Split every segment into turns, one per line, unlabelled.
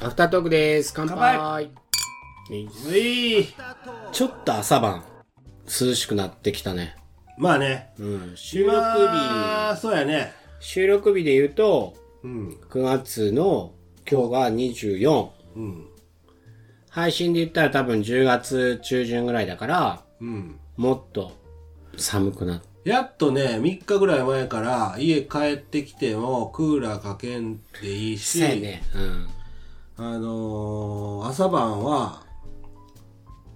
アフタートークです。乾杯。
うい
ちょっと朝晩、涼しくなってきたね。
まあね
うん。収録日、
今そうやね
収録日で言うと、
うん
9月の今日が24。
うん
配信で言ったら多分10月中旬ぐらいだから、
うん
もっと寒くなって。
やっとね3日ぐらい前から家帰ってきてもクーラーかけんでいいし、
そうやね。うん。
あのー朝晩は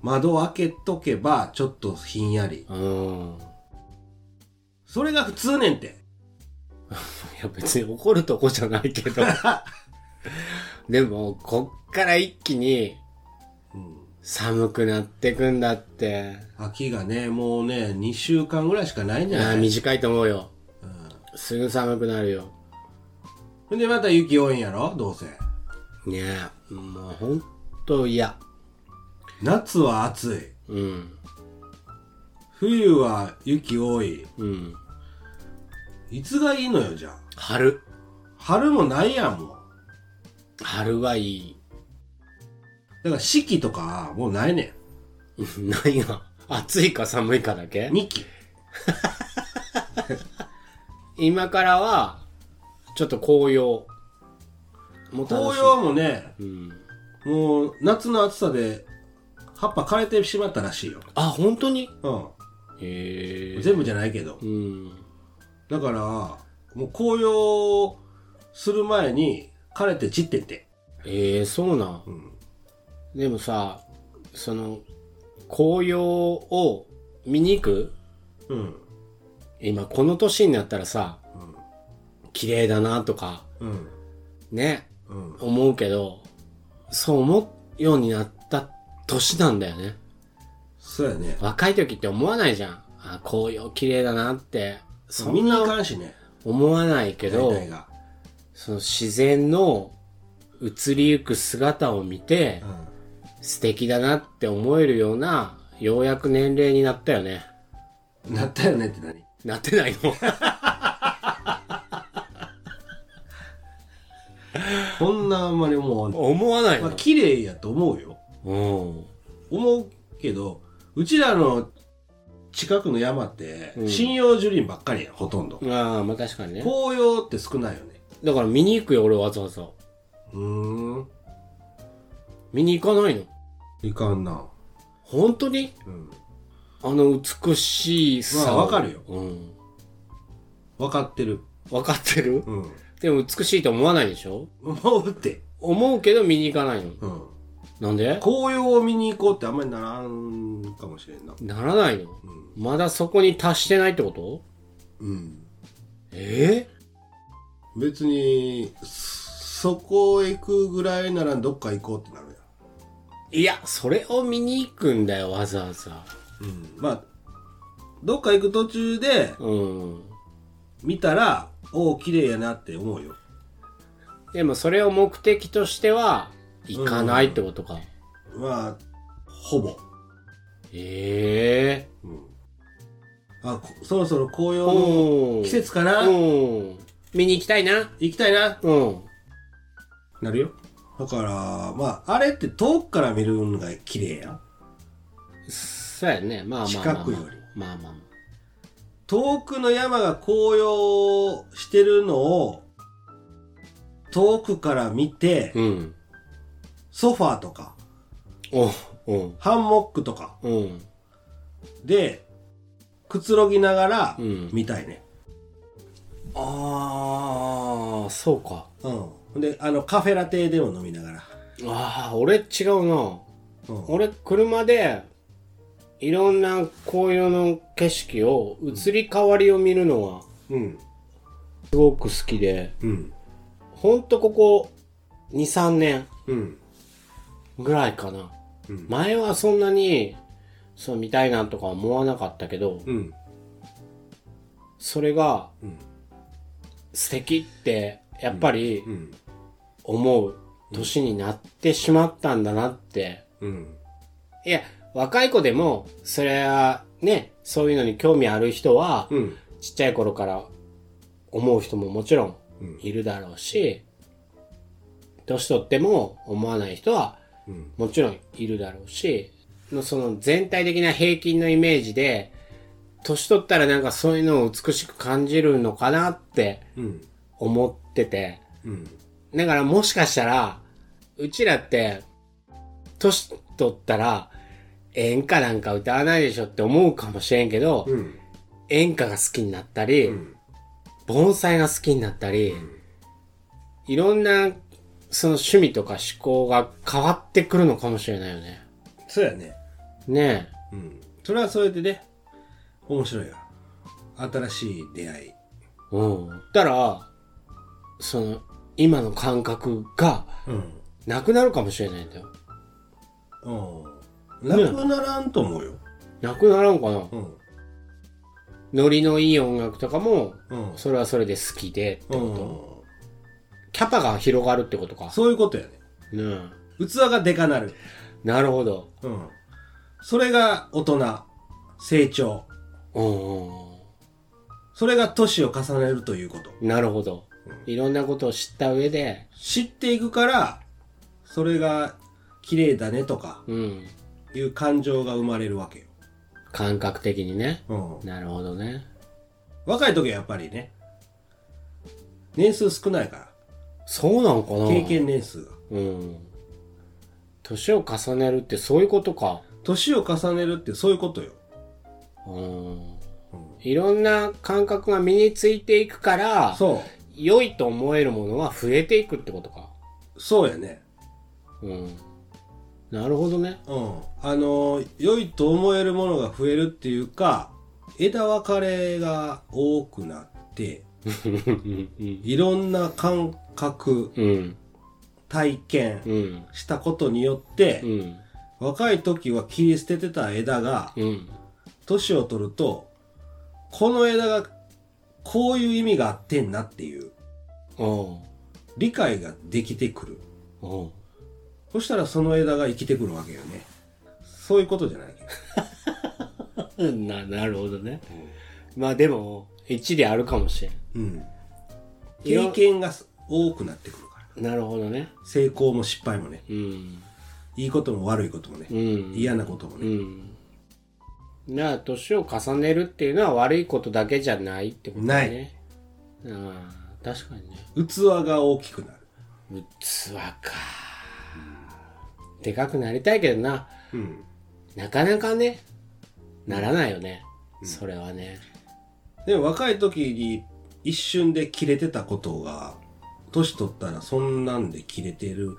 窓開けとけばちょっとひんやり
うん。
それが普通ねんて
いや別に怒るとこじゃないけど。でも、こっから一気に
うん
寒くなってくんだって。
秋がねもうね2週間ぐらいしかないん
い
じゃ
や
ない
短いと思うよ。
うん
すぐ寒くなるよ。
ほんでまた雪多いんやろどうせ
ねえ、もうほんと嫌。
夏は暑い
うん。
冬は雪多い
うん。
いつがいいのよじゃあ
春。
春もないやんもう
春はいい。
だから四季とかもうないね
何が暑いか寒いかだけ
ん二季
今からは、ちょっと紅葉。もう楽し
紅葉もね
み。うん。
もう夏の暑さで葉っぱ枯れてしまったらしいよ
あ、本当に
う
へ
ん
え。
全部じゃないけど
うん。
だからもう紅葉する前に枯れて散ってって
ええそうなん。
ん
でもさ、その、紅葉を見に行く
うん
今、この年になったらさ、綺麗だなとか、
うん
ね、
うん
思うけど、そう思うようになった年なんだよね。
そうやね
若い時って思わないじゃん。あ、紅葉綺麗だなって。そ
み
ん
んなあ
な
かんしね
思わないけ
大
ど、
体が
その自然の移りゆく姿を見て
う、ん
素敵だなって思えるような、ようやく年齢になったよね。
なったよねって何
なってないの
こんなあんまり思わな い、
思わない
まあ、
の、
綺麗やと思うよ
うん。
思うけどうちらの近くの山って
うん
針葉樹林ばっかりやんほとんど
ああ、まあ確かにね。
紅葉って少ないよね
だから見に行くよ、俺わざわざ。
うーん
見に行かないの。
いかんな
本当に
うん
あの美しいさを。
まあわかるよ
うん。
分かってる
わかってる
うん
でも美しいと思わないでしょ
思うって
思うけど見に行かないの。
うん
なんで
紅葉を見に行こうってあんまりならんかもしれんな
ならないの
うん、
まだそこに達してないってこと
うん、
え
別にそこへ行くぐらいならどっか行こうってなるやん
えいや、それを見に行くんだよ、わざわざ。
うんまあどっか行く途中で
うん。
見たらおお綺麗やなって思うよ
でもそれを目的としては、行かないってことか。
まあほぼ、
ええ
うん、あこそろそろ紅
ー。
葉
うん
の季節かな、
うん。見に行きたいな。
行きたいな
うん。
なるよだからまああれって遠くから見るのが綺麗やん
そうやね。まあまあまあ、まあ。
近くより
まあまあま
遠くの山が紅葉してるのを遠くから見て
あ。うん。
ソファーとか
おうん。
ハンモックとか
うん。
でくつろぎながら
うん
見たいね、
ああ、そうか。
うんほんであのカフェラテでも飲みながら、
ああ、俺違うな。
うん
俺、車で、いろんな紅葉の景色を、移り変わりを見るのは、
うん
すごく好きで、
うん
ほんとここ、2、3年
うん
ぐらいかな。
うん
前はそんなに、そう見たいなとか思わなかったけど、
うん
それが
うん
素敵ってやっぱり
うん
思う年になってしまったんだなって。
うん
いや、若い子でも、それはね、そういうのに興味ある人は、
うん
ちっちゃい頃から思う人ももちろん
うん
いるだろうし、年取っても思わない人は
うん
もちろんいるだろうし、のその全体的な平均のイメージで、年取ったらなんかそういうのを美しく感じるのかなって
うん
思ってて、
うん
だからもしかしたら、うちらって、年取ったら、演歌なんか歌わないでしょって思うかもしれんけど、
うん
演歌が好きになったり、
うん
盆栽が好きになったり、いろんな、その趣味とか思考が変わってくるのかもしれないよね。
そうやね
ねえ。
うんそれはそれでね面白いよ新しい出会い
うん。たら、その、今の感覚が
うん
なくなるかもしれないんだよ。
うんなくならんと思うよ
なくならんかな
うん
ノリのいい音楽とかも、
うん
それはそれで好きでってこ
う
と。
ん
キャパが広がるってことか。
そういうことやね
うん。
器がでかなる
なるほど。
うんそれが大人成長
うんうん
それが年を重ねるということ
うん。なるほど。いろんなことを知った上で、
知っていくからそれが綺麗だねとか
うん。
いう感情が生まれるわけよ、
感覚的にね。
うん、
なるほどね。
若い時はやっぱりね年数少ないか
そうなのからな
経験年数が
うん。年を重ねるってそういうことか。
年を重ねるってそういうことよ、
うん。
うん
いろんな感覚が身についていくから、
そ
良いと思えるものは増えていくってことか。
うそうやね
うん。なるほど ね。
うんあのー良いと思えるものが増えるっていうか枝分かれが多くなって
うん。
いろんな感覚
うん。
体験
うん。
したことによって、
うん。
若い時は切り捨ててた枝が
うん。
年を取るとこの枝がこういう意味があってんなっていう
おう
理解ができてくる
おう
そしたらその枝が生きてくるわけよねそういうことじゃない
ななるほどね、まあでも一理あるかもしれん
うん経
い
験が多くなってくるから
ろなるほどね
成功も失敗もね
うん
いいことも悪いこともね
うん
嫌なことも
う
ね
んなあ年を重ねるっていうのは悪いことだけじゃないってことだねないああ確かにね
器が大きくなる
器かでかくなりたいけどな
うん
なかなかねならないよね、それはね
でも若い時に一瞬で切れてたことが年取ったらそんなんで切れてる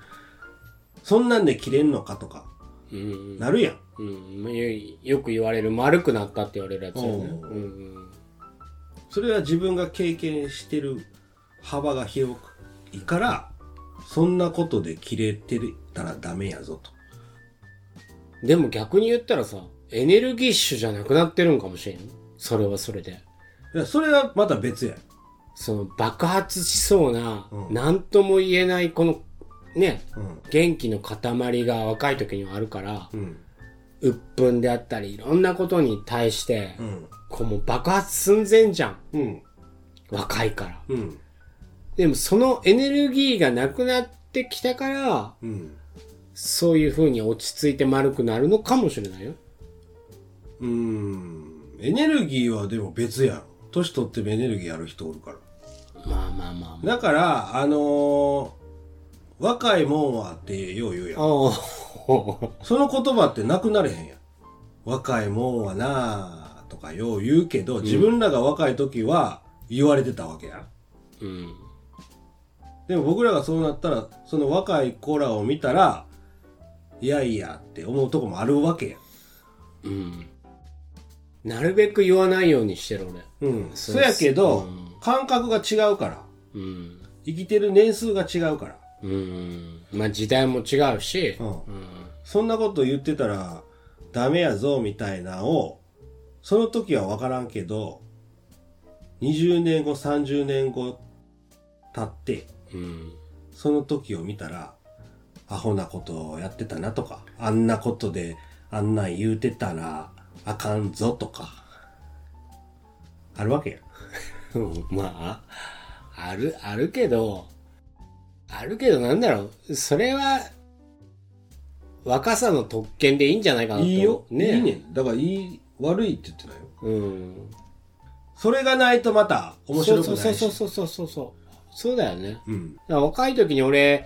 そんなんで切れんのかとか
うん
なるやん
うん、よよく言われる丸くなったって言われるやつよね
おう
うんうん
それは自分が経験してる幅が広いからそんなことで切れてたらダメやぞと
でも逆に言ったらさエネルギッシュじゃなくなってるんかもしれんそれはそれで
いやそれはまた別や
その爆発しそうな
うん
何、とも言えないこのね
うん
元気の塊が若い時にはあるから
うん
鬱憤であったりいろんなことに対して、
うん
こうもう爆発寸前じゃん
うん
若いから
うん
でもそのエネルギーがなくなってきたから
うん
そういう風に落ち着いて丸くなるのかもしれないよ。
うーんエネルギーはでも別やん年取ってもエネルギーある人おるから
まあまあまあまあ。
だから、あのー若いもんはってよう言うやん。
お
その言葉ってなくなれへんやん。若いもんはなあとかよう言うけど、自分らが若い時は言われてたわけやん。
うん。
でも僕らがそうなったら、その若い子らを見たら、いやいやって思うとこもあるわけやん。
うん。なるべく言わないようにしてる俺。
うん。
そ
そうやけど、
うん
感覚が違うから。
うん。
生きてる年数が違うから。
うん。まあ時代も違うし。
うん
うん。
そんなこと言ってたらダメやぞみたいなのを、その時は分からんけど、 20年後、30年後経って、
うん。
その時を見たら、アホなことをやってたなとか、あんなことであんなん言うてたらあかんぞとか、あるわけやん。
うんまあ、ある、あるけど、あるけどなんだろう、それは、若さの特権でいいんじゃないかなと。
いいよ。
ね
いいねん。だからいい、悪いって言ってないよ。
うん。
それがないとまた面白くないし。
そうそうそうそうそうそう。そうだよね。だか
うん。
ら若い時に俺、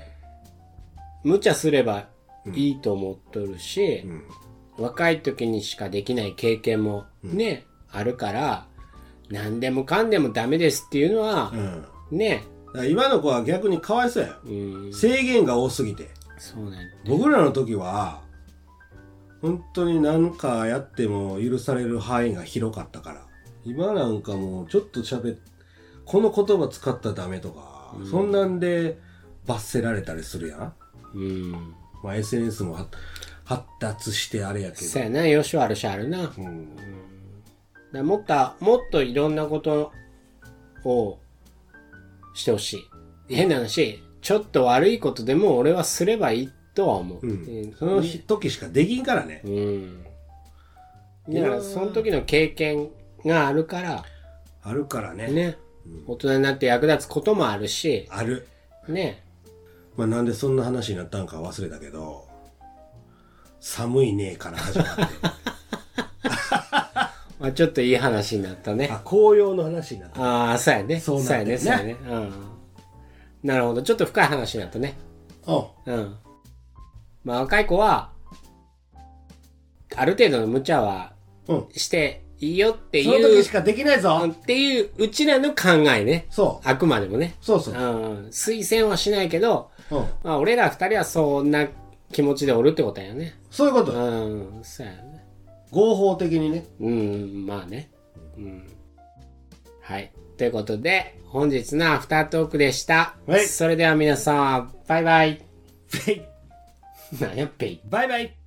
無茶すれば
うん
いいと思っとるし、
うん。
若い時にしかできない経験もね、あるから、何でもかんでもダメですっていうのは
う、ん。だか
ね、
ら今の子は逆にかわいそうやよ。
うん、
制限が多すぎて。
そうなん
僕らの時は、本当に何かやっても許される範囲が広かったから。今なんかもうちょっと喋っ、この言葉使ったらダメとか、
うん
そんなんで罰せられたりするやん。
うん。
まあ SNS も発発達してあれやけ
そう
ど。
やな、よし悪しあるな。だか
うん。
らもっと、もっといろんなことをしてほしい。変な話、ちょっと悪いことでも俺はすればいいとは思う。
う
え
ん
ー。
その日時しかできんからね。
うん。
い
だ
やー
からその時の経験があるから、
あるからね。
ね、
うん
大人になって役立つこともあるし、
ある。
ね、
まあなんでそんな話になったんか忘れたけど、寒いねから始まって。
まあ、ちょっといい話になったね。
あ、紅葉の話になった。
ああ、そうやね。
そうなん
そう
だ
や
よ
ね、
ね
そうやね。うん。なるほど。ちょっと深い話になったね。
うん。
うん。まあ、若い子は、ある程度の無茶は
うん。
していいよって
その
い
時
う
し、かできないぞ、
うんっていう、うちらの考えね。
そう。
あくまでもね。
そう
う
そ
ん
う。。
推薦はしないけど、
うん。
まあ、俺ら二人はそんな気持ちでおるってことやね。
そういうこ
う
と。
ん、そうやね。
合法的にね。
うん、まあね。うん。はい。ということで、本日のアフタートークでした。
はい
それでは皆さん、バイバイ。
はい
なんや、ペイ。
バイバイ。